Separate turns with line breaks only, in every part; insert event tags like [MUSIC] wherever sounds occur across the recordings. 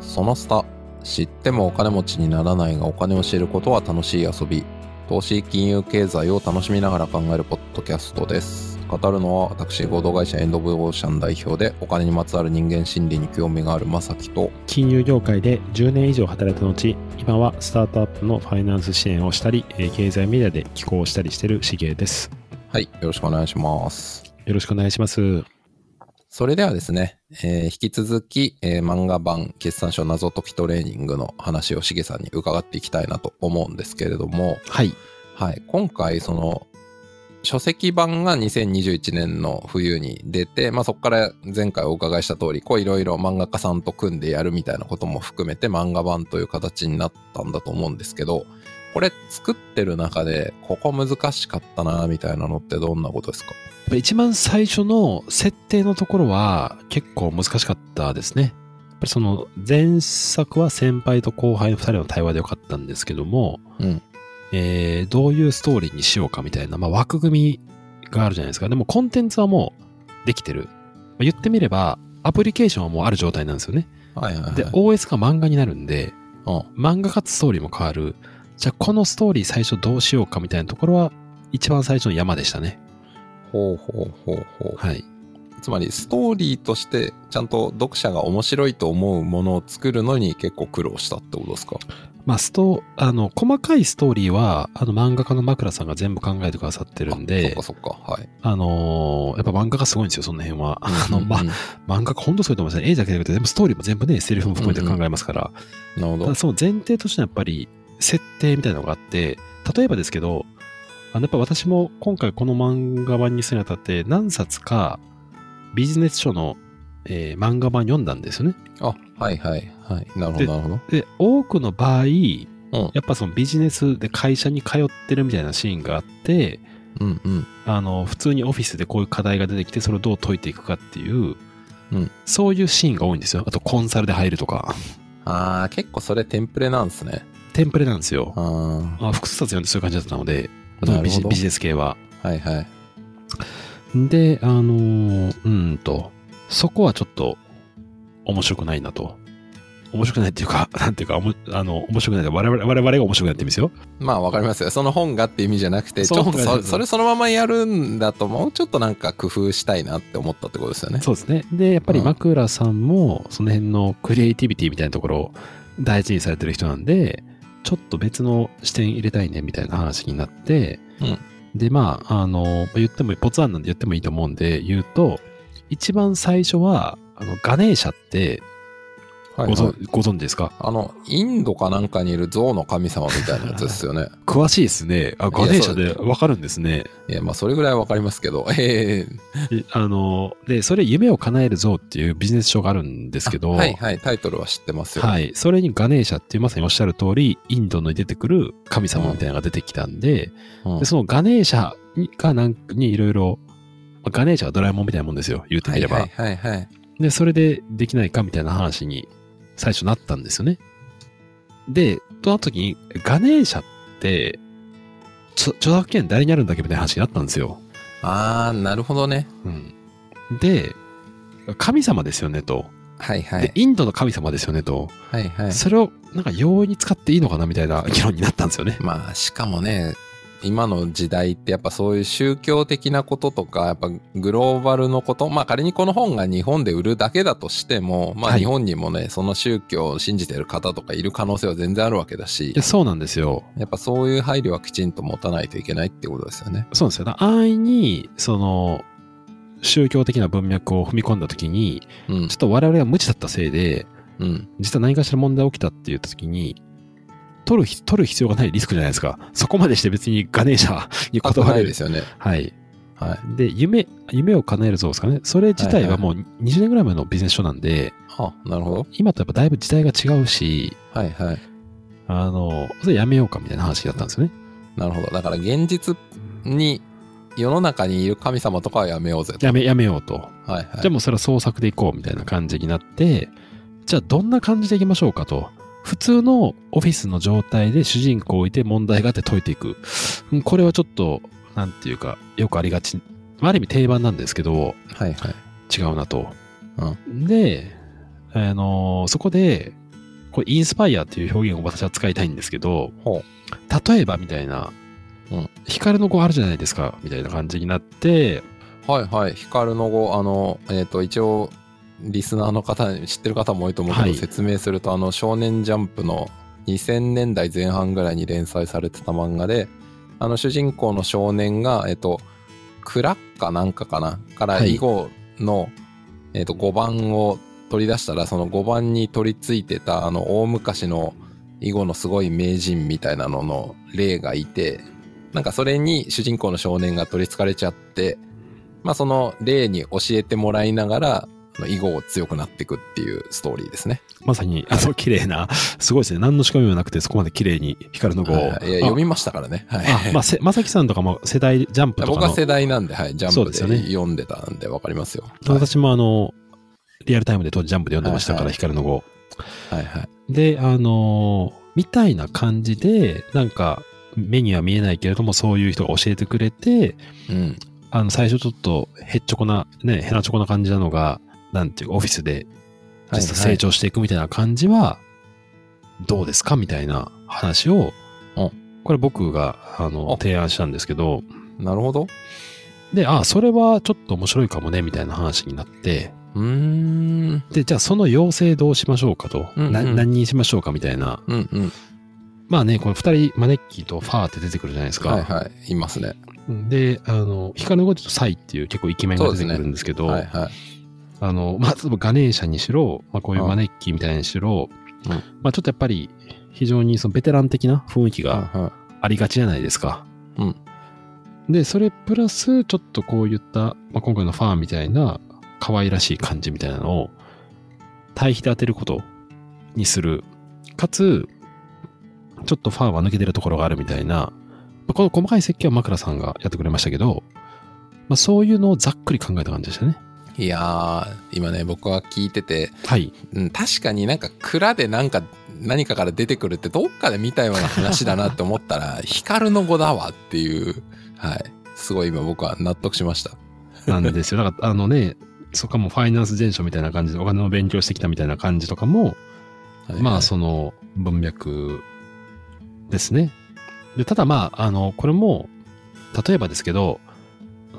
そのスタ知ってもお金持ちにならないがお金を知ることは楽しい遊び投資金融経済を楽しみながら考えるポッドキャストです語るのは私合同会社エンド・オブ・オーシャン代表でお金にまつわる人間心理に興味があるまさきと
金融業界で10年以上働いた後今はスタートアップのファイナンス支援をしたりえー経済メディアで寄稿したりしてるしげです
はいよろしくお願いします
よろしくお願いします
それではですね、えー引き続き、えー漫画版決算書謎解きトレーニングの話をしげさんに伺っていきたいなと思うんですけれども、
はい
はい、今回その書籍版が2021年の冬に出て、まあ、そこから前回お伺いした通りこういろいろ漫画家さんと組んでやるみたいなことも含めて漫画版という形になったんだと思うんですけどこれ作ってる中でここ難しかったなみたいなのってどんなことですか
一番最初の設定のところは結構難しかったですねやっぱりその前作は先輩と後輩の2人の対話でよかったんですけども、
うん
えーどういうストーリーにしようかみたいな、まあ、枠組みがあるじゃないですかでもコンテンツはもうできてる、まあ言ってみればアプリケーションはもうある状態なんですよね
はいはいはい
で、OS が漫画になるん
う
で、
ん
漫画かつストーリーも変わる。じゃあ、このストーリー最初どうしようかみたいなところは、一番最初の山でしたね。
ほうほうほうほう
はい。
つまりストーリーとしてちゃんと読者が面白いと思うものを作るのに結構苦労したってことですか
まあ、スト、あの、細かいストーリーは、あの、漫画家の枕さんが全部考えてくださってるんで
あ、そっかそっかはい
あのーやっぱ漫画家すごいんですよ、その辺は。あの、ま
う
あ
ん、
漫画家ほんとすごいと思いますね。絵だけじゃなくて、全部ストーリーも全部ね、セリフも含めて考えますから。
なるほ
た
ど
だその前提としてはやっぱり設定みたいなのがあって例えばですけどあのやっぱ私も今回この漫画版にするにあたって何冊かビジネス書の、えー漫画版読んだんですよね
あ、はいはいはい。なるほど、
で
なるほど。
で多くの場合、
ん
やっぱそのビジネスで会社に通ってるみたいなシーンがあって
うんうん。
あの普通にオフィスでこういう課題が出てきてそれをどう解いていくかっていう、
うん
そういうシーンが多いんですよあとコンサルで入るとか
ああ、結構それテンプレなんですね。
テンプレなんですよ
あ
あ複数冊読んでそういう感じだったので
あ、なる
ビ
ほ
ジ
ど
ビ。ジネス系は
はいはい。
で、あのーうんと、そこはちょっと面白くないなと。面白くないっていうか、 [LAUGHS] なんていうか、おもあの、面白くない。我々、我々が面白くないって意味ですよ。
まあわかりますよ。その本がって意味じゃなくて、ち
そう
ょっと
本が
そ
ね
それそのままやるんだと、もうちょっとなんか工夫したいなって思ったってことですよね。
そうですね。で、やっぱり
うん
枕さんも、その辺のクリエイティビティみたいなところを大事にされてる人なんで、ちょっと別の視点入れたいね、みたいな話になって、
うん
で、まあ、あの、言っても、ポツアンなんで言ってもいいと思うんで、言うと、一番最初は、あの、ガネーシャって
は
ご
いはい
存、ご存知ですか
あの、インドかなんかにいる象の神様みたいなやつですよね。
詳しいですね。あ、ガネーシャでわかるんですね。
いや、まあそれぐらいわかりますけど。ええ
であの、で、それ、夢を叶える像っていうビジネス書があるんですけど、
はいはい。タイトルは知ってますよ。。
はいいそれにガネーシャっていう、まさにおっしゃる通り、インドの出てくる神様みたいなのが出てきたんで、
うん
でそのガネーシャにがなんかにいろいろ、まあガネーシャはドラえもんみたいなもんですよ、言うて
は
み
い
れば。
はいはいはい。
で、それでできないかみたいな話に最初なったんですよね。で、その時に、ガネーシャって、ちょ著作権誰にあるんだっけみたいな話になったんですよ。
ああ、なるほどね。
うん、で神様ですよねと、
はいは
で
い。
インドの神様ですよねと、
はいはい。
それをなんか容易に使っていいのかなみたいな議論になったんですよね。
まあしかもね今の時代ってやっぱそういう宗教的なこととかやっぱグローバルのことまあ仮にこの本が日本で売るだけだとしてもまあ
はい
日本にもね、その宗教を信じてる方とかいる可能性は全然あるわけだし
いやそうなんですよ。
やっぱそういう配慮はきちんと持たないといけないってことですよね。
そうなんですよ。だから安易にその宗教的な文脈を踏み込んだ時に
うん
ちょっと我々が無知だったせいで
うん
実は何かしら問題起きたって言った時に取る取る必要がないリスクじゃないですか。そこまでして別にガネーシャに
あと
断
ない
る
ですよね。
はい。
はい。
で、夢、夢を叶える像ですかね。それ自体はもう20年ぐらい前のビジネス書なんで、
あなるほど。
今とやっぱだいぶ時代が違うし、
はいはい。
あの、それやめようかみたいな話だったんですよね。
なるほど。だから現実に世の中にいる神様とかはやめようぜと。
やめ、やめようと。
はいはい。
じゃあもうそれは創作でいこうみたいな感じになって、じゃあどんな感じでいきましょうかと。普通のオフィスの状態で主人公を置いて問題があって解いていく。うんこれはちょっと、なんていうか、よくありがち。まあある意味定番なんですけど、
はいはい。
違うなと。で、あのーそこで、これインスパイアっていう表現を私は使いたいんですけど、
ほ
例えばみたいな、
うん
光の子あるじゃないですか、みたいな感じになって、
う。はいはい。光の語、あの、えっ、と、一応、リスナーの方に、知ってる方も多いと思うけど、
はい
説明すると、あの、少年ジャンプの2000年代前半ぐらいに連載されてた漫画で、あの、主人公の少年が、えっ、と、クラッカなんかかなから
はい
囲碁の、えっ、と、5番を取り出したら、その5番に取り付いてた、あの、大昔の囲碁のすごい名人みたいなのの霊がいて、なんかそれに主人公の少年が取り憑かれちゃって、まあその霊に教えてもらいながら、あの囲碁を強くなっていくっていうストーリーですね。
まさに、あの、綺麗な、すごいですね。何の仕込みもなくて、そこまで綺麗に光の子を。
はいはいいや
あ
読みましたからね。はい。
あ、まあ、せまさきさんとかも世代、ジャンプ
[LAUGHS]
と
僕
か
は
の。
世代なんで、はい、ジャ
そ
ン
う
プ
ですよね
で読んでたんでわかりますよ。はい
私もあの、リアルタイムで当時ジャンプで読んでましたから、
はいはい
光の子。
はいはい。
で、あのーみたいな感じで、なんか、目には見えないけれども、そういう人が教えてくれて、
うん。
あの、最初ちょっと、へっちょこな、ね、へなちょこな感じなのが、なんていうか、オフィスで、実際成長していくみたいな感じは、どうですかみたいな話を
うん、
これ僕が、あの
あ、
提案したんですけど、
なるほど。
で、あ、それはちょっと面白いかもね、みたいな話になって、
うーん。
で、じゃあその要請どうしましょうかと、
うんうん
な何にしましょうかみたいな。
うんうん。
まあね、この二人、マネッキーとファーって出てくるじゃないですか。
はいはい。いますね。
で、あの、光の子って言うとサイっていう結構イケメンが出てくるんですけど、
はいはい。
あの、まあ、例えばガネーシャにしろ、まあ、こういう
うん
マネッキーみたいにしろ、
うん
まあ、ちょっとやっぱり、非常にそのベテラン的な雰囲気が
はいはい
ありがちじゃないですか。
うん
で、それプラス、ちょっとこういった、まあ、今回のファンみたいな、可愛らしい感じみたいなのを、対比で当てることにする。かつ、ちょっとファンは抜けてるところがあるみたいな、まあこの細かい設計は枕さんがやってくれましたけど、まあ、そういうのをざっくり考えた感じでしたね。
いやー、今ね、僕は聞いてて、
はい。
うん、確かになんか蔵でなんか何かから出てくるってどっかで見たような話だなって思ったら [LAUGHS] 光の語だわっていうはいすごい今僕は納得しました
なんですよ。だから、あのね、そこはもうファイナンス全書みたいな感じでお金の勉強してきたみたいな感じとかも、
はい
まあその文脈ですね。で、ただまあ、あの、これも、例えばですけど、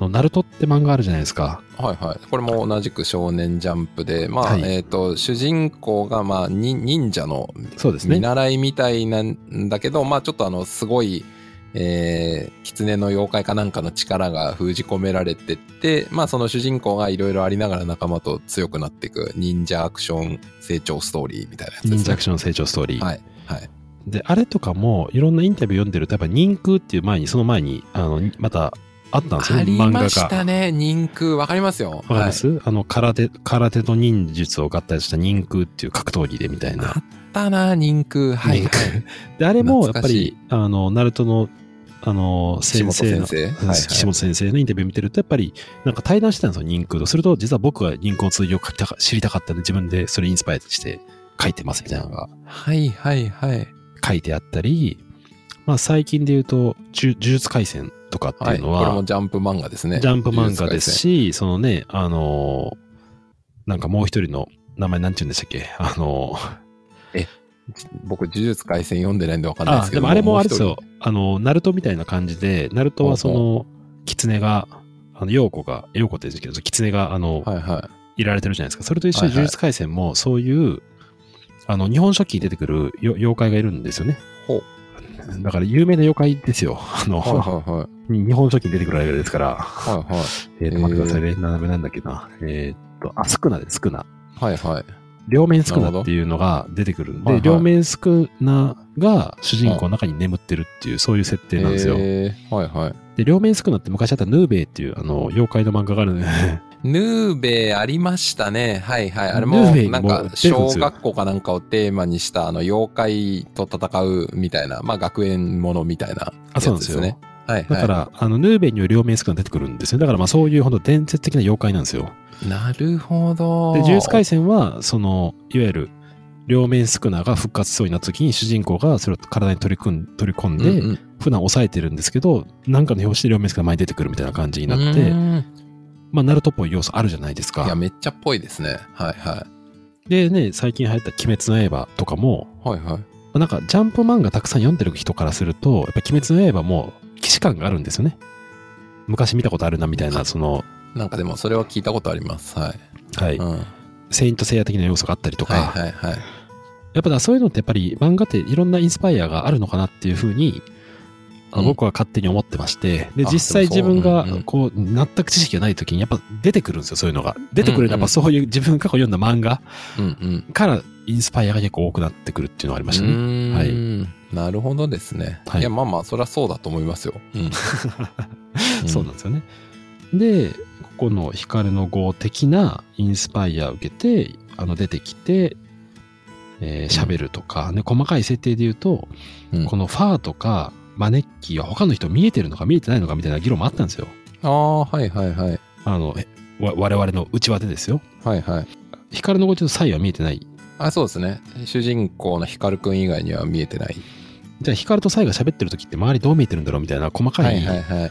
あのナルトって漫画あるじゃないですか。
はいはいこれも同じく「少年ジャンプで」まあ、
はい
えっ、と主人公がまあに忍者の
そうです
見
ね。
習いみたいなんだけど、まあちょっとあのすごい、えー、狐の妖怪かなんかの力が封じ込められてって、まあその主人公がいろいろありながら仲間と強くなっていく忍者アクション成長ストーリーみたいなやつです、ね。
忍者アクション成長ストーリー。
はいはい。
で、あれとかも、いろんなインタビュー読んでると、やっぱ人空っていう前に、その前に、あの、またあったんです
あ
よね、
り
漫画
まし
が。
たね。人空わかりますよ。
わかります、あの、空手、空手と忍術を合体した人空っていう格闘技でみたいな
あ。はい、だな人空はい
人
はい。
で、あれも、やっ
懐
ぱ
かしい
り、あの、ナルトの、あの、
岸
先
本
生の
先、生。はいはい
岸本先生のインタビュー見てると、やっぱり、なんか対談してたんですよ、人空と。すると、実は僕は人空の通を書きたか知りたかったんで、自分でそれインスパイアして書いてますみたいなのが
はいはいはい。
書いてあったり、まあ、最近で言うと、呪呪術廻戦とかって
はいい。
うの
これ
は、
もジャンプ漫画ですね。
ジャンプ漫画ですし、そのね、あのーなんかもう一人の名前なんて言うんでしたっけあのー
僕、呪術廻戦読んでないんでわかんないで
あ
すけ
で
ど。
もあれもあれです
う
よあのナルトみたいな感じでナルトはそ
ほ
の狐があの陽子が陽子って言うんですけど狐があの、
一人。はいはい。
い、られてるじゃないですかそれと一緒
はい
に
はい
呪術廻戦もそういう、あの日本書紀に出てくるよ妖怪がいるんですよね
ほう
だから有名な妖怪ですよ [LAUGHS] あの、
はいはいはい。
日本書紀に出てくる妖怪ですから
はいはい。
えーと待ってくださいね斜めなんだっけなえーっとあスクナですスクナ
はいはい。
両面スクナっていうのが出てくるんで、
なるほどはい
両
はい
面スクナが主人公の中に眠ってるっていう、そういう設定なんですよ。
えーはいはい。
で、両面スクナって昔あったヌーベイっていうあの妖怪の漫画があるんで、 [LAUGHS]
ヌーベイありましたね。はいはい。あれ
ヌー
も、
ベイ
なん
もう出てるん
か、
ですよ
小学校かなんかをテーマにした、あの、妖怪と戦うみたいな、まあ、学園ものみたいな
あ
や
そ
つで
うなんですよ
すね。はい
だ
は
か
い。
ら、あのヌーベイには両面スクナ出てくるんですよ。だからまあそういうほんと伝説的な妖怪なんですよ。
なるほど。
で、呪術廻戦は、その、いわゆる両面スクナが復活しそうになった時に主人公がそれを体に取り組ん取り込んで、
うんうん
普段抑えてるんですけど、なんかの表紙で両面スクナ前に出てくるみたいな感じになって、
うーん
まあナルトっぽい要素あるじゃないですか。
いや、めっちゃっぽいですね。はいは
でね、最近流行った鬼滅の刃とかも、
はいはい。
まあなんかジャンプ漫画たくさん読んでる人からすると、やっぱ鬼滅の刃も既視感があるんですよね。昔見たことあるなみたいな、その、
なんかでもそれは聞いたことあります。はい。
はい、
うん、はい
セイントセイヤ的な要素があったりとか、
はいはい。
やっぱだからそういうのってやっぱり漫画っていろんなインスパイアがあるのかなっていうふうに、あの
うん
僕は勝手に思ってまして、で、
あ
実際自
でもそう
分が
うんうん
こう、全く知識がない時にやっぱ出てくるんですよ、そういうのが。出てくるのはやっぱそういう自分が過去読んだ漫画
うんうん。
からインスパイアが結構多くなってくるっていうのはありました
う
ね。
ーん
はい
なるほどですね。
はい
い、や、まあまあ、それはそうだと思いますよ。うん。ん
[LAUGHS] そうなんですよね。で、ここの光の号的なインスパイアを受けて、あの出てきて、えー喋るとか、ね、細かい設定で言うと、
うん
このファーとかマネッキーは他の人見えてるのか見えてないのかみたいな議論もあったんですよ。
ああ、はいはいはい。
あの、えわ我々の内輪でですよ。
はいはい。
光の号中のサイは見えてない。
あそうですね。主人公のヒカルくん以外には見えてない。
じゃあ光とサイが喋ってる時って周りどう見えてるんだろうみたいな細か
はい
い
はいはい。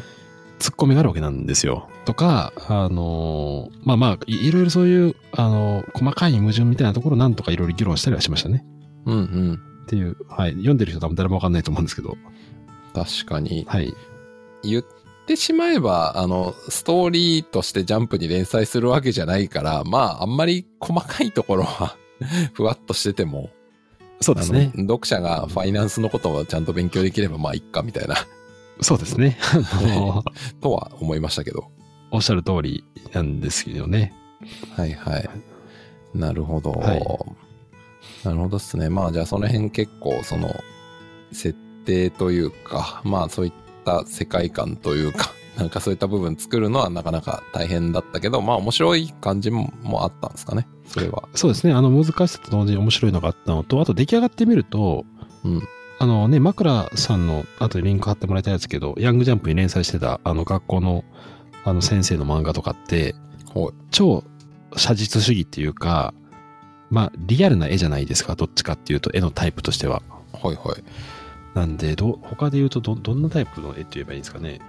ツッコミがあるわけなんですよ。とか、あのーまあまあ、いいろいろそういう、あのー細かい矛盾みたいなところをなんとかいろいろ議論したりはしましたね。
うんうん。
っていう、はい。読んでる人多分誰もわかんないと思うんですけど。
確かに。
はい。
言ってしまえば、あの、ストーリーとしてジャンプに連載するわけじゃないから、まあ、あんまり細かいところは、 [LAUGHS] ふわっとしてても、
そうですね
あ。の読者がファイナンスのことをちゃんと勉強できれば、まあ、いっか、みたいな、
そうですね。 [LAUGHS] あのー
とは思いましたけど。
おっしゃる通りなんですよね。
はいはい。なるほど。
はい
なるほどですね。まあじゃあその辺結構その設定というか、まあそういった世界観というか、 [LAUGHS] なんかそういった部分作るのはなかなか大変だったけど、まあ面白い感じももあったんですかね。それは。
そうですね。あの、難しさと同時に面白いのがあったのと、あと出来上がってみると、
うん
あのね、枕さんの、あとでリンク貼ってもらいたいですけど、ヤングジャンプに連載してた、あの、学校の、あの、先生の漫画とかって、
ほい。
超写実主義っていうか、まあ、リアルな絵じゃないですか、どっちかっていうと、絵のタイプとしては。
ほいほい。
なんで、ど、他で言うとど、どんなタイプの絵って言えばいいんですかね。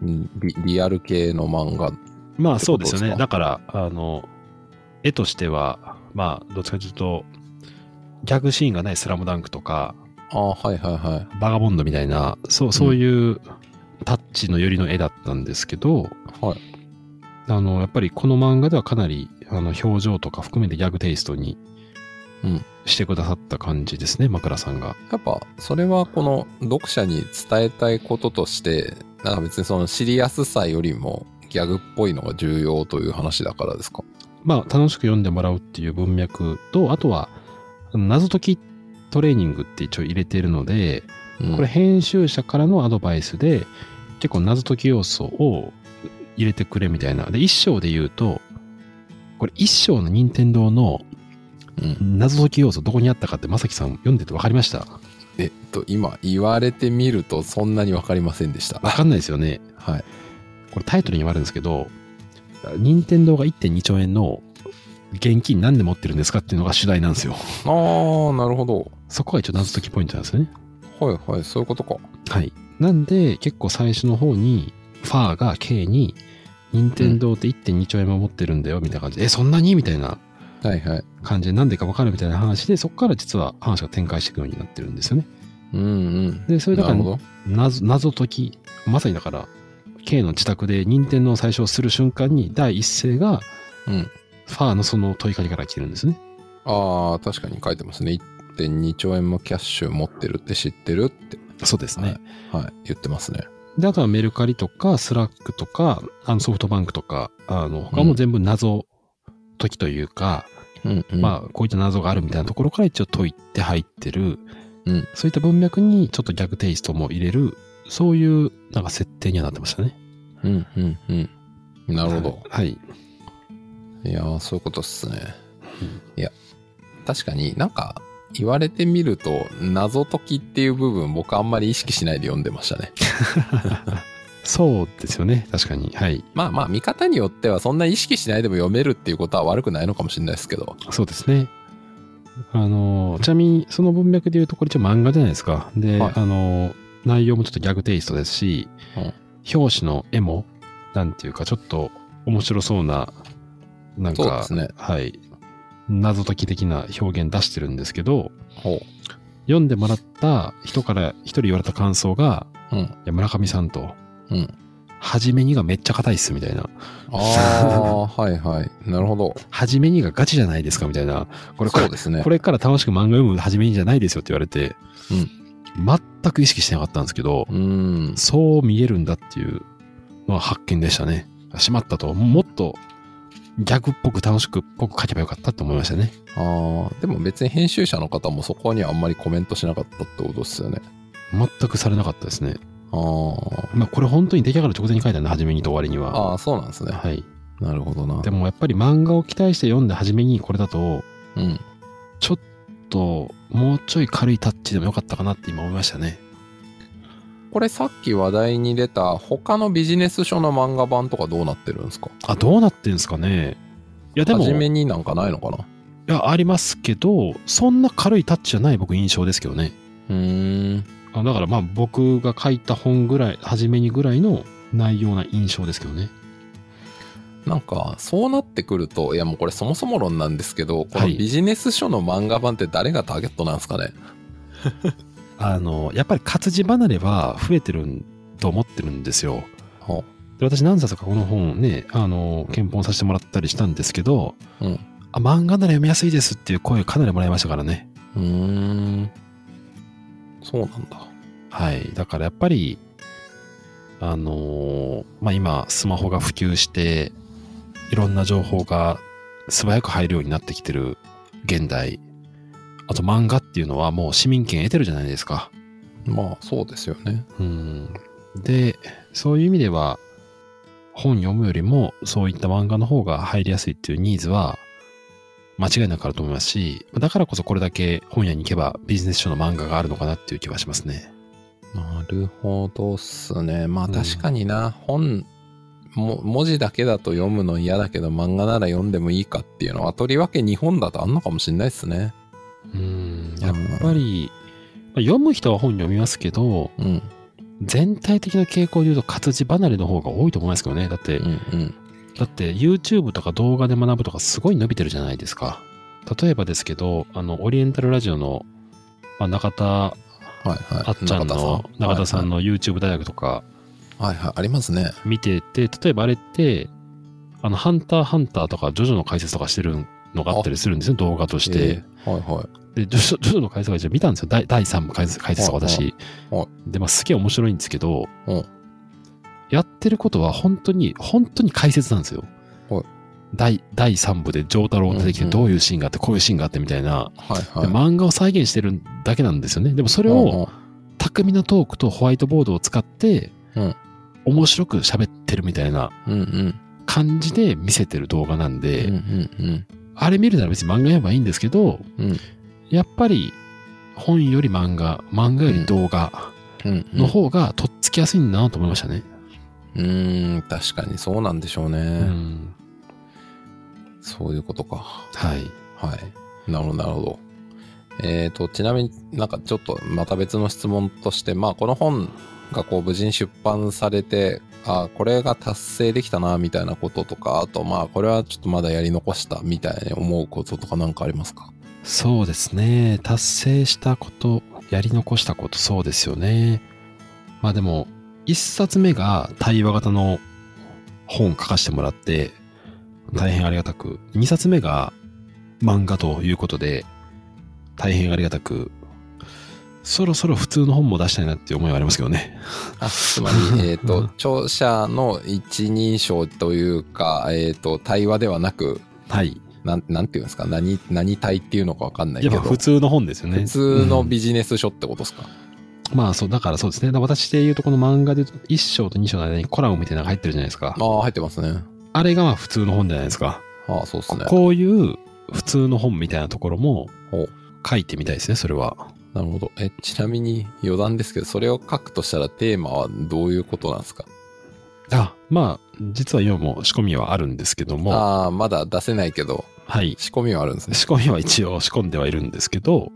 うんリリアル系の漫画。
まあ、
そ
そうう
で
ですす
よね
よね。だから、あの、絵としては、まあ、どっちかというと、ギャグシーンがないスラムダンクとか、
ああ、はいはいはい。
バガボンドみたいな、そう、そういうタッチの寄りの絵だったんですけど、
はい
あの、やっぱりこの漫画ではかなり、あの、表情とか含めてギャグテイストに
うん
してくださった感じですね、枕さんが。
やっぱそれはこの読者に伝えたいこととしてなんか別にそのシリアスさよりもギャグっぽいのが重要という話だからですか
まあ、楽しく読んでもらうっていう文脈と、あとは、謎解きトレーニングって一応入れてるので、
うん
これ編集者からのアドバイスで、結構謎解き要素を入れてくれみたいな。で、一章で言うと、これ一章の任天堂の
うん
謎解き要素どこにあったかってまさきさん読んでて分かりました
えっと今言われてみるとそんなに分かりませんでした
分かんないですよね
はい
これタイトルにもあるんですけど任天堂が1.2兆円の現金何で持ってるんですかっていうのが主題なんですよ
ああなるほど
そこが一応謎解きポイントなんですよね
はいはいそういうことか
はいなんで結構最初の方にファーが K に任天堂って1.2兆円も持ってるんだよみたいな感じで、えそんなにみたいな
はいはい
感じでなんでか分かるみたいな話でそこから実は話が展開していくようになってるんですよね
うんうん
でそれだから
なるほど
謎謎解きまさにだから K の自宅で任天堂を最初する瞬間に第一声が
うん
ファーのその問いかけから来てるんですね
ああ確かに書いてますね1.2兆円もキャッシュ持ってるって知ってるって、
そうですね、
はい、言ってますね
であとはメルカリとかスラックとかあのソフトバンクとかあの他も全部謎解きというか、
うん、うん、
まあこういった謎があるみたいなところから一応解いて入ってる、
うん
そういった文脈にちょっと逆テイストも入れるそういうなんか設定にはなってましたね
うんうんうんなるほど、
はい
いやーそういうことっすね。いや、確かになんか言われてみると、謎解きっていう部分僕あんまり意識しないで読んでましたね。
そうですよね確かにはい
まあまあ見方によってはそんな意識しないでも読めるっていうことは悪くないのかもしれないですけど。
そうですね。あの、ちなみに、その文脈で言うと、これ一応漫画じゃないですか。で、
はい
あの、内容もちょっとギャグテイストですし、
うん
表紙の絵も、なんていうか、ちょっと面白そうな、なん
そうで
か、
すね。
はい、謎解き的な表現出してるんですけど、
ほ
読んでもらった人から一人言われた感想が、
う。うん。
いや、村上さんと、
うん。
初めにがめっちゃ硬いっす、みたいな。
あ
[LAUGHS]
あ、はいはい。なるほど。
初めにがガチじゃないですか、みたいな。これ、こ
そ
れ
うですね。
これから楽しく漫画読む初めにじゃないですよって言われて、
う
全く意識してなかったんですけど、
うん。
そう見えるんだっていうのは発見でしたね。しまったと、もっと逆っぽく楽しくっぽく書けばよかったって思いましたね。
ああ、でも別に編集者の方もそこにはあんまりコメントしなかったってことですよね。
全くされなかったですね。
あー
まあこれ本当に出来上がる直前に書いたんで、初めにと終わりには。
あー、そうなんですね。
はい。
なるほどな。
でもやっぱり漫画を期待して読んで初めにこれだと、
うん。
ちょっともうちょい軽いタッチでもよかったかなって今思いましたね。
これさっき話題に出た他のビジネス書の漫画版とかどうなってるんですか
あ、どうなってんすかね。いやでも、
初めになんかないのかない
や、ありますけど、そんな軽いタッチじゃない僕印象ですけどね。
うーん。
あだからまあ僕が書いた本ぐらい、初めにぐらいの内容な印象ですけどね。
なんかそうなってくるといやもうこれそもそも論なんですけどこの
はい
ビジネス書の漫画版って誰がターゲットなんですかね、
あの、やっぱり活字離れは増えてるんと思ってるんですよ。
ほ
で私何冊かこの本ね、あの、検本させてもらったりしたんですけど、
うん
あ漫画なら読みやすいですっていう声かなりもらいましたからね。
ううーんそうなんだ
はい。だからやっぱり、あのーまあ、今、スマホが普及して、いろんな情報が素早く入るようになってきてる現代。あと漫画っていうのはもう市民権得てるじゃないですか。
まあそうですよね
うん。で、そういう意味では、本読むよりも、そういった漫画の方が入りやすいっていうニーズは、間違いなくあると思いますし、だからこそこれだけ本屋に行けばビジネス書の漫画があるのかなっていう気はしますね。
なるほどっすねまあ
うん
確かにな、本も文字だけだと読むの嫌だけど漫画なら読んでもいいかっていうのはとりわけ日本だとあんのかもしれないですね
うんやっぱり、まあ読む人は本読みますけど、
うん
全体的な傾向で言うと活字離れの方が多いと思いますけどね。だって、
うんうん
だって YouTube とか動画で学ぶとかすごい伸びてるじゃないですか。例えばですけど、あの、オリエンタルラジオの、まあ、中田
はいはい
あっちゃんの、中田さんの YouTube 大学とか
はいはい、はいはい、ありますね
見てて、例えばあれって、あの、ハンターハンターとか、ジョジョの解説とかしてるのがあったりするんですよ、動画として。
えーはいはい
で、ジョジョジョジョの解説は一応見たんですよ。第第3部解説解説とか私。
はいはいは
で、まあ、すげえ面白いんですけど、
うん
やってることは本当に、本当に解説なんですよ。
はい
第第3部で丈太郎が出てき
うん
て、
うん
どういうシーンがあって、こういうシーンがあってみたいな、
はいはい
で漫画を再現してるだけなんですよね。でもそれを、巧みなトークとホワイトボードを使って、
うん
面白く喋ってるみたいな
うんうん
感じで見せてる動画なんで、
うんうん
あれ見るなら別に漫画やればいいんですけど、
うん
やっぱり本より漫画、漫画より動画
うんうん
の方がとっつきやすいんだなと思いましたね。
うーん確かにそうなんでしょうね、
うん
そういうことか
はい。
はいなるほどなるほどえー、とちなみになんかちょっとまた別の質問としてまあこの本がこう無事に出版されてあこれが達成できたなみたいなこととかあとまあこれはちょっとまだやり残したみたいに思うこととかなんかありますか
そうですね。達成したこと、やり残したこと、そうですよね。まあでも、一冊目が対話型の本を書かせてもらって、大変ありがたく。二冊目が漫画ということで、大変ありがたく。そろそろ普通の本も出したいなっていう思いはありますけどね。
あつまり、えっ、と、著者の一人称というか、えっ、と、対話で [LAUGHS] はなく、
はい。
なん、なんていうんですか、何、何体っていうのかわかんない
や
け
っぱ
ど、
普通の本ですよね。
普通の
うん
ビジネス書ってことですか。
まあそう、だからそうですね。だから私で言うとこの漫画で言うと1章と2章の間にコラムみたいなのが入ってるじゃないですか。
ああ、入ってますね。
あれがまあ普通の本じゃないですか。
ああ、そうですね。
こういう普通の本みたいなところも
ほう
書いてみたいですね、それは。
なるほど。え、ちなみに余談ですけど、それを書くとしたらテーマはどういうことなんですか
あ、まあ、実は今も仕込みはあるんですけども、
ああ、まだ出せないけど、
はい。
仕込みはあるんですね。
仕込みは一応仕込んではいるんですけど、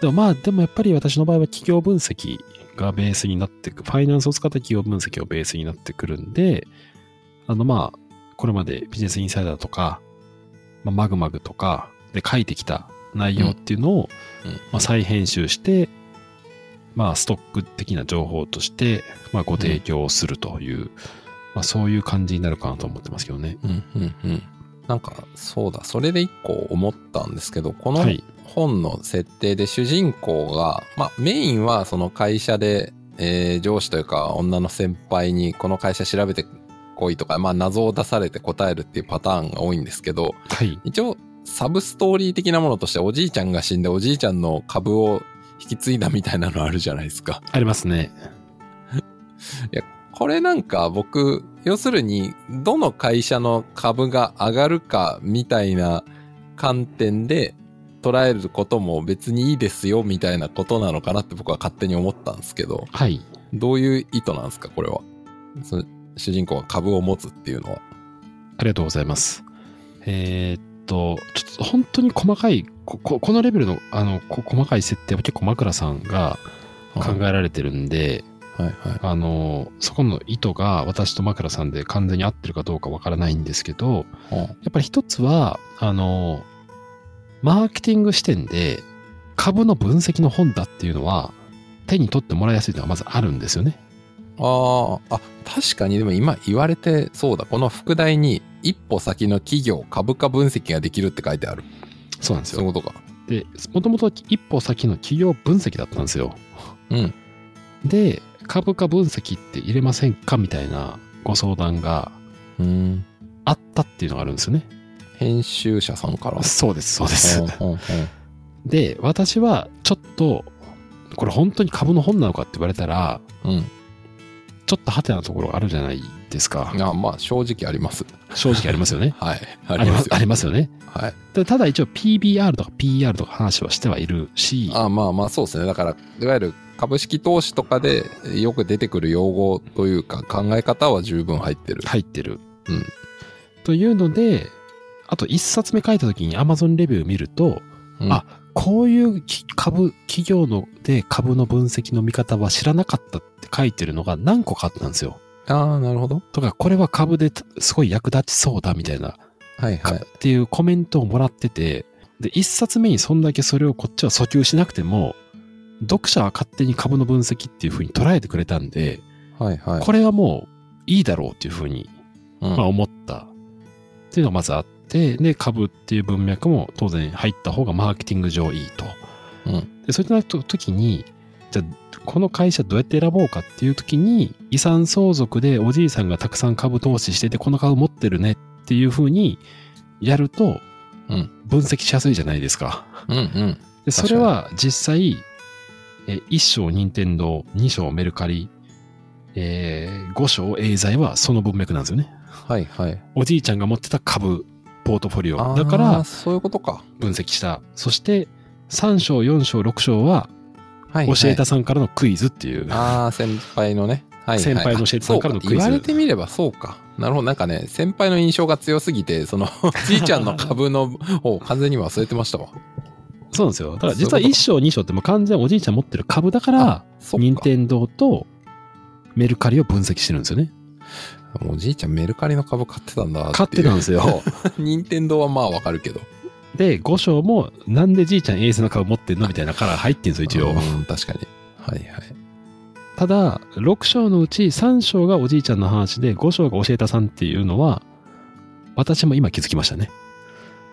でもまあ、でもやっぱり私の場合は企業分析がベースになってく、ファイナンスを使った企業分析をベースになってくるんで、あのまあ、これまでビジネスインサイダーとか、まあ、マグマグとか、で書いてきた内容っていうのを、
うんうん
まあ、再編集して、まあ、ストック的な情報として、まあ、ご提供するという、まあ、そういう感じになるかなと思ってますけどね。
うんうんうんなんかそうだそれで一個思ったんですけどこの
はい。
本の設定で主人公が、まあ、メインはその会社で、えー上司というか女の先輩にこの会社調べてこいとか、まあ、謎を出されて答えるっていうパターンが多いんですけど
はい。
一応サブストーリー的なものとしておじいちゃんが死んでおじいちゃんの株を引き継いだみたいなのあるじゃないですか。
ありますね。
これなんか僕、要するに、どの会社の株が上がるかみたいな観点で捉えることも別にいいですよみたいなことなのかなって僕は勝手に思ったんですけど、
はい。
どういう意図なんですか、これは。その主人公が株を持つっていうのは。
ありがとうございます。えーっと、ちょっと本当に細かい、こここのレベルのあのこ細かい設定は結構枕さんが考えられてるんで、
はいはい。
あの、そこの意図が私と枕さんで完全に合ってるかどうかわからないんですけど、やっぱり一つは、あの、マーケティング視点で株の分析の本だっていうのは、手に取ってもらいやすいのはまずあるんですよね。
ああ、あ、確かにでも今言われてそうだ。この副題に一歩先の企業株価分析ができるって書いてある。
そうなんです
そう
よ。
いうことか。
で、もともと一歩先の企業分析だったんですよ。
うん。
で、株価分析って入れませんかみたいなご相談が
うん。
あったっていうのがあるんですよね。
編集者さんから。
そうです、そうで
うんうんうん
で、私はちょっと、これ本当に株の本なのかって言われたら、
うん。
ちょっとハテなところがあるじゃないですか。
あまあ、正直あります。。
正直ありますよね
はい。あ
[LAUGHS] あ
り
りま
ます
すあ
よ。
りますよね。
はい。
たただ一応 PBR とか PR とか話はしてはいるし、
あまあまあ、そうですね。だから、いわゆる株式投資とかでよく出てくる用語というか、考え方は十分入ってる。
入ってる。
うん
というので、あと一冊目書いた時に Amazon レビュー見ると、
うん
あこういうき株、企業ので株の分析の見方は知らなかったって書いてるのが何個かあったんですよ。
あー、なるほど。
とか、これは株ですごい役立ちそうだみたいな、
はいはい。
っていうコメントをもらってて、で、一冊目にそんだけそれをこっちは訴求しなくても、読者は勝手に株の分析っていう風に捉えてくれたんで、
はいはい。
これはもういいだろうっていう風に
うん
まあ、思ったっていうのがまずあって、で、株っていう文脈も当然入った方がマーケティング上いいと。
うん
で、そういった時に、じゃあ、この会社どうやって選ぼうかっていう時に、遺産相続でおじいさんがたくさん株投資してて、この株持ってるねっていうふうにやると
うん、
分析しやすいじゃないですか。
うんうん。確
で、そ
か
れ
に
は実際、え1章任天堂、2章メルカリ、え5章エーザイはその文脈なんですよね。
はいはい。
おじいちゃんが持ってた株ポートフォリ
あ
オ
ー
だから
そういうことか。
分析したそして3章4章6章は
はい、はい。
教えたさんからのクイズっていう、
ああ、先輩のね。はいはい、
先輩の教えてたからのクイズ
あそうか言われてみればそうか。なるほど。なんかね、先輩の印象が強すぎて、
[LAUGHS]
その、おじいちゃんの株の方を完全に忘れてましたわ。
そうなんですよだから
そういう
実
こと
は1章2章ってもう完全におじいちゃん持ってる株だから
そっ
任
か。
天堂とメルカリを分析してるんですよね
おじいちゃんメルカリの株買ってたんだ。
買ってた
[LAUGHS]
んですよ。
任天堂はまあわかるけど。
で5章もなんでじいちゃんエースの株持ってんのみたいなカラー入ってるんですよ
う
一応
ん確かに。はいはい。
ただ6章のうち3章がおじいちゃんの話で5章が教えたさんっていうのは私も今気づきましたね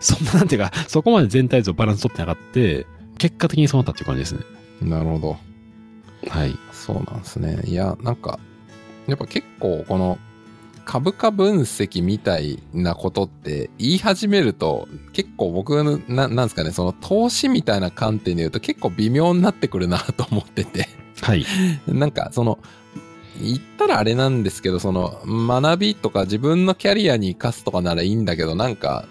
そんななんていうかそこまで全体像バランス取ってなかって結果的にそうなったっていう感じですね
なるほど。
はい
そうなんですね。いや、なんか、やっぱ結構この株価分析みたいなことって言い始めると結構僕のななんですかね、その投資みたいな観点で言うと結構微妙になってくるなと思ってて。 [LAUGHS]
はい
なんかその言ったらあれなんですけどその学びとか自分のキャリアに生かすとかならいいんだけどなんか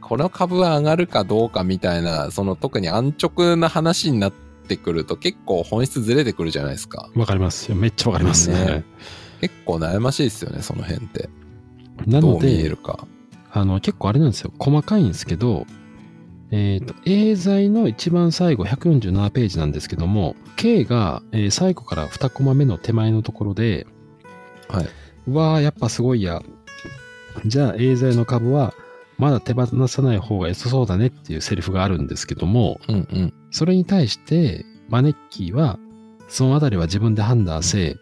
この株は上がるかどうかみたいなその特に安直な話になってくると結構本質ずれてくるじゃないですか
わかりますいやめっちゃわかりますね
ね結構悩ましいですよねその辺って
な
ど
の
う見え
で
るか
あの結構あれなんですよ細かいんですけどえー、とエーザイの一番最後147ページなんですけども K が、えー最後から2コマ目の手前のところで
はいう
わあやっぱすごいやじゃあエーザイの株はまだ手放さない方が良さそうだねっていうセリフがあるんですけども、
うんうん。
それに対して、マネッキーは、そのあたりは自分で判断せ、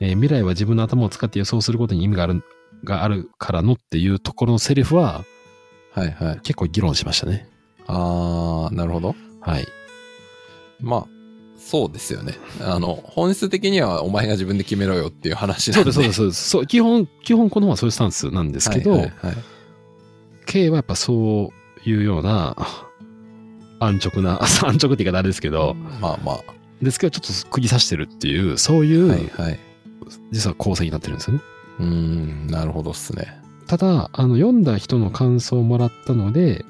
えー未来は自分の頭を使って予想することに意味がある、があるからのっていうところのセリフは、
はいはい。
結構議論しましたね。
あー、なるほど。
はい。
まあ、そうですよね。あの、本質的にはお前が自分で決めろよっていう話な
[LAUGHS] そ
ん
うで
で。
す、そうです、そうです。そう、基本、基本この本はそういうスタンスなんですけど、
はいはいはい
K はやっぱそういうような、 [LAUGHS] 安直な、 [LAUGHS] 安直って言い方あれですけど、
まあまあ。
ですけど、ちょっと釘刺してるっていう、そういう、
はいはい。
実は構成になってるんですよね。
うーん、なるほどっすね。
ただ、あの、読んだ人の感想をもらったので、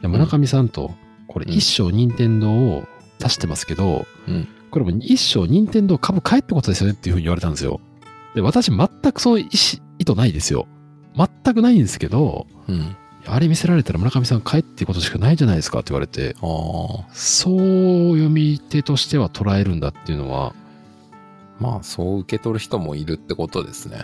いや村上さんと、これ
うん
一生任天堂を足してますけど、
うん
これもう一生任天堂株買えってことですよねっていうふうに言われたんですよ。で、私全くそういう意思意図ないですよ。全くないんですけど、
うん。
あれ見せられたら村上さん買えっていうことしかないじゃないですかって言われて、
あー。
そう読み手としては捉えるんだっていうのは、
まあ、そう受け取る人もいるってことですね。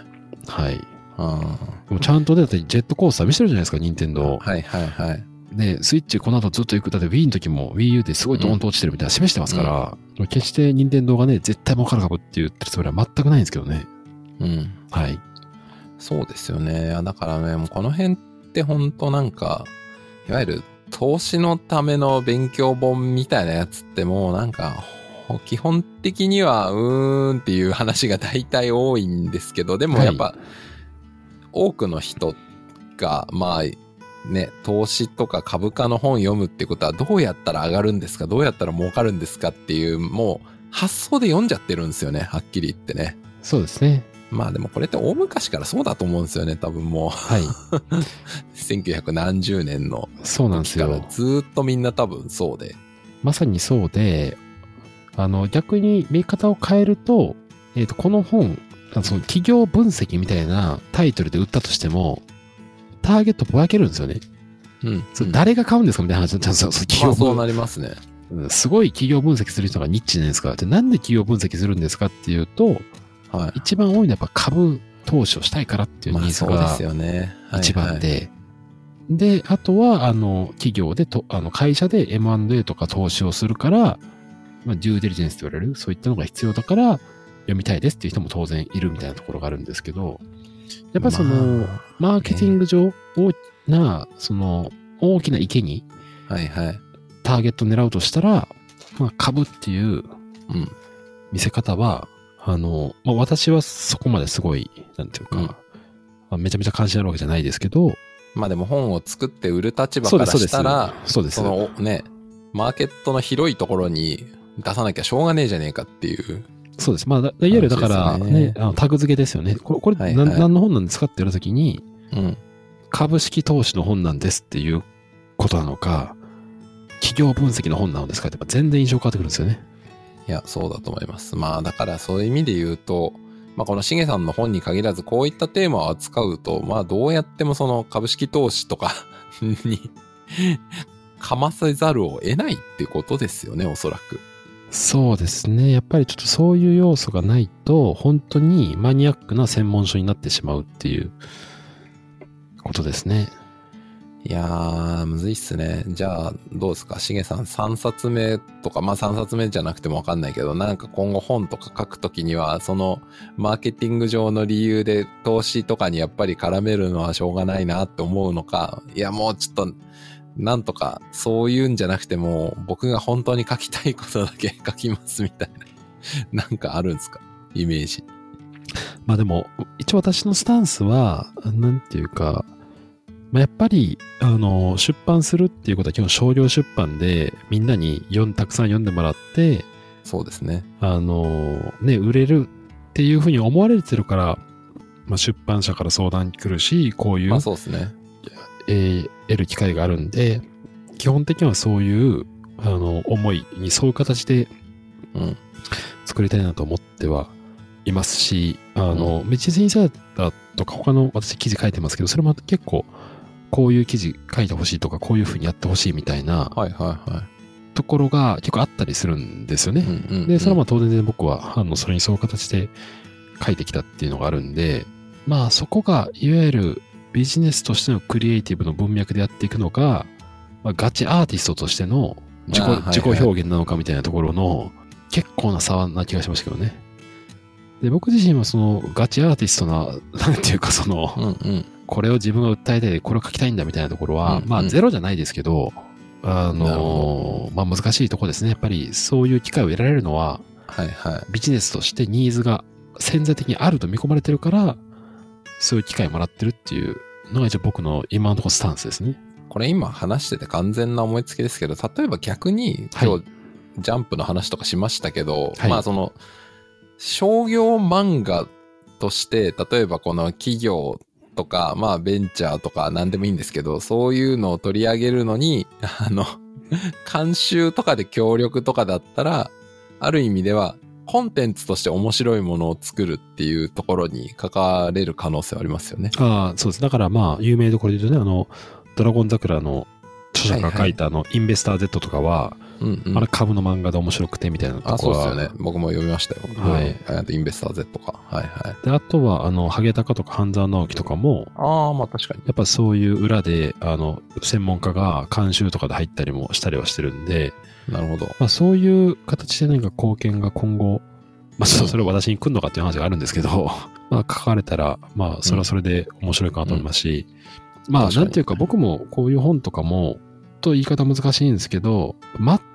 はい。
あ
でもちゃんとだってジェットコースター見せてるじゃないですか、任天
ー
堂。
はいはいはい。
ね、スイッチこの後ずっと行く。だって Wii の時も Wii U ですごいドーンと落ちてるみたいな示してますから、決して任天堂がね、絶対儲かるかもって言ってるつもりは全くないんですけどね。
うん。
はい。
そうですよね。いやだからね、もうこの辺って本当なんか、いわゆる投資のための勉強本みたいなやつってもうなんか、ほ基本的にはうーんっていう話が大体多いんですけど、でもやっぱ、
は
多くの人が、まあ、ね、投資とか株価の本読むってことはどうやったら上がるんですかどうやったら儲かるんですかっていう、もう発想で読んじゃってるんですよね、はっきり言ってね。
そうですね。
まあでもこれって大昔からそうだと思うんですよね、多分もう。 [LAUGHS]
はい。
1900何十年の
そうなんです
時から
よ。
ずーっとみんな多分そうで。
まさにそうで、あの、逆に見方を変えると、えっ、と、この本、あのその企業分析みたいなタイトルで売ったとしても、ターゲットぼやけるんですよね。
うん。
それ誰が買うんですかみたいな話になっちゃうんですよ。
まあ
企業
そう
分
なりますね。
うんすごい企業分析する人がニッチじゃないですか。で、なんで企業分析するんですかっていうと、
は
一番多いのはやっぱ株投資をしたいからって
い。
いうニ
まあ
ーズ
そうで
が
すよね。はい
一番。で。で、あとは、あの、企業でと、あの、会社で M&A とか投資をするから、まあ、デューデリジェンスと言われる、そういったのが必要だから、読みたいですっていう人も当然いるみたいなところがあるんですけど、やっぱりその、
ま
マーケティング上、大きな、その、大きな池に
あはいはい。
ターゲットを狙うとしたら、まあ、株っていう
うん。
見せ方は、あの、まあ、私はそこまですごい、なんていうか、
うん
まあめちゃめちゃ関心あるわけじゃないですけど、
まあでも本を作って売る立場
そう
か
で
ら
す、そうで
し
す。
たら、
そうです。
そのね、マーケットの広いところに出さなきゃしょうがねえじゃねえかっていう。
そうです。まあ、だいわゆるだから、
そう
ね
ですね
あのタグ付けですよね。これ、これ、
はい
なん
はい
何の本なんですかって言われたときに、
うん。
株式投資の本なんですっていうことなのか、企業分析の本なのですかって、やっぱ全然印象変わってくるんですよね。
いや、そうだと思います。まあ、だからそういう意味で言うと、まあ、このしげさんの本に限らず、こういったテーマを扱うと、まあ、どうやってもその株式投資とか [LAUGHS] にかませざるを得ないってことですよね、おそらく。
そうですね。やっぱりちょっとそういう要素がないと、本当にマニアックな専門書になってしまうっていうことですね。
いやー、むずいっすね。じゃあ、どうですか、しげさん、3冊目とか、まあ3冊目じゃなくてもわかんないけど、なんか今後本とか書くときには、その、マーケティング上の理由で投資とかにやっぱり絡めるのはしょうがないなって思うのか、いや、もうちょっと、なんとか、そういうんじゃなくても、僕が本当に書きたいことだけ [LAUGHS] 書きますみたいな、なんかあるんですかイメージ。
まあでも、一応私のスタンスは、なんていうか、まあ、やっぱり、あの、出版するっていうことは基本商業出版で、みんなに読んたくさん読んでもらって、
そうですね。
あの、ね、売れるっていうふうに思われてるから、まあ、出版社から相談来るし、こういう
まあそうですね。
えー得る機会があるんで、基本的にはそういうあの思いにそういう形で
うん。
作りたいなと思ってはいますし、あの、メチズインサイダーとか他の私記事書いてますけど、それも結構こういう記事書いてほしいとか、こういうふうにやってほしいみたいな
はいはいは
ところが結構あったりするんですよ
い。う
ね。
んうんうん
で、それはまあ当然で僕は、あの、それにそういう形で書いてきたっていうのがあるんで、まあそこがいわゆるビジネスとしてのクリエイティブの文脈でやっていくのか、まあ、ガチアーティストとしての自己,、
あーはいはい
自己表現なのかみたいなところの結構な差な気がしましたけどね。で僕自身はそのガチアーティストな、 [LAUGHS] なんていうかその、
うんうん。
これを自分が訴えたい、これを書きたいんだみたいなところは、
うんうん
まあゼロじゃないですけど、
な
あ
る
の、まあ難しいところですね。やっぱりそういう機会を得られるのは、
はいはい。
ビジネスとしてニーズが潜在的にあると見込まれてるから、そういう機会もらってるっていうのが一応僕の今のところスタンスですね。
これ今話してて完全な思いつきですけど、例えば逆に
はい
今日、ジャンプの話とかしましたけど、
はい
まあその、商業漫画として、例えばこの企業とか、まあベンチャーとか何でもいいんですけど、そういうのを取り上げるのに、あの、監修とかで協力とかだったら、ある意味では、コンテンツとして面白いものを作るっていうところに書かれる可能性はありますよね。
ああ、そうです。だからまあ有名どころで言うとね、あの、ドラゴン桜の著者が書いたあの、インベスター Z とかは、
うん、うん。
あれ株の漫画で面白くてみたいなと
あ、
こ
そうで
ろは
すよね。僕も読みましたよ。
はい
うん。あとインベスター Z とか。はいはい。
で、あとは、あの、ハゲタカとか半沢直樹とかも、
ああ、まあ確かに。
やっぱそういう裏で、あの、専門家が監修とかで入ったりもしたりはしてるんで、
なるほど。
まあそういう形で何か貢献が今後、まあちょっとそれを私に来るのかっていう話があるんですけど、 [LAUGHS] まあ書かれたら、まあそれはそれで面白いかなと思いますし、まあ
確か
な
に
んていうか僕もこういう本とかも、と言い方難しいんですけど、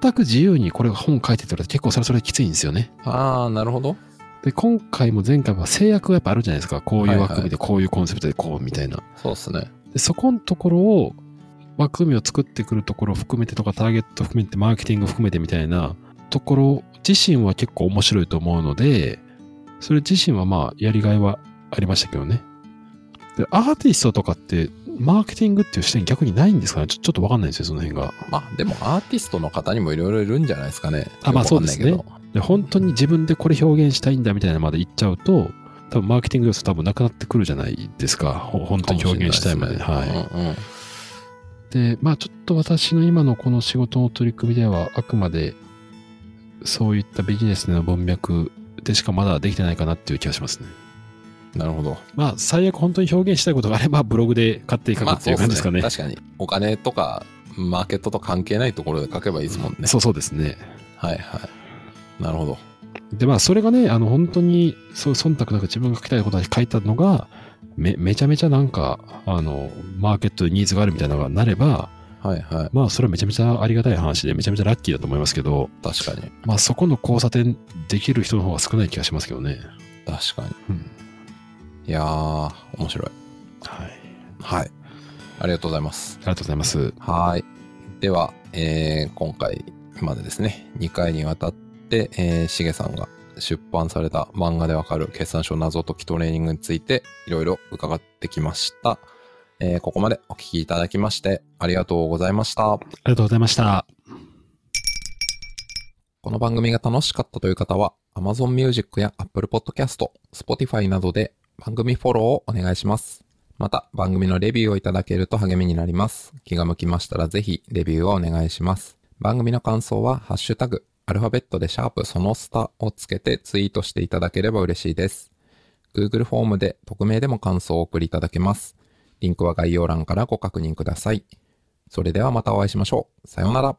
全く自由にこれが本書いてたら結構それはそれできついんですよね。
ああ、なるほど。
で今回も前回も制約がやっぱあるじゃないですかこういう枠
はいは
組
い
でこういうコンセプトでこうみたいな、
そうですね。
でそこのところを枠組みを作ってくるところを含めてとかターゲット含めてマーケティング含めてみたいなところ自身は結構面白いと思うのでそれ自身はまあやりがいはありましたけどねでアーティストとかってマーケティングっていう視点逆にないんですかねちょちょっとわかんないんですよその辺が
まあでもアーティストの方にもいろいろいるんじゃないですかね。
あまあ
よくわかんないけど
そで本当に自分でこれ表現したいんだみたいなまで言っちゃうと多分マーケティング要素多分なくなってくるじゃないですかほ本当に表現したいまで
かもしれな
はい
で
い、
すねうんうん
でまあちょっと私の今のこの仕事の取り組みではあくまでそういったビジネスの文脈でしかまだできてないかなっていう気がしますね
なるほど。
まあ最悪本当に表現したいことがあれば [LAUGHS] ブログで買っていく
まあ
っていう感じですかね,、
そうっす確かに。お金とか、マーケットと関係ないところで書けばいいですもんね。
そうそうですね
はいはい。なるほど。
でまあそれがねあの本当にそう忖度なく自分が書きたいことに書いたのがめめちゃめちゃなんかあのマーケットでニーズがあるみたいなのがなれば
はいはい。
まあそれはめちゃめちゃありがたい話でめちゃめちゃラッキーだと思いますけど
確かに。
まあそこの交差点できる人の方が少ない気がしますけどね
確かに。
うん
いやー、面白い。
はいあ
はい。ありがとうございます。
りがとうございます
はい。では、えー今回までですね、2回にわたって、えーしげさんが出版された漫画でわかる決算書謎解きトレーニングについていろいろ伺ってきました。えーここまでお聞きいただきましてありがとうございました。
ありがとうございました
この番組が楽しかったという方は Amazon Music や Apple Podcast、Spotify などで番組フォローをお願いします。また番組のレビューをいただけると励みになります。気が向きましたらぜひレビューをお願いします。番組の感想はハッシュタグ、アルファベットでシャープそのスタをつけてツイートしていただければ嬉しいです。Google フォームで匿名でも感想をお送りいただけます。リンクは概要欄からご確認ください。それではまたお会いしましょう。さようなら。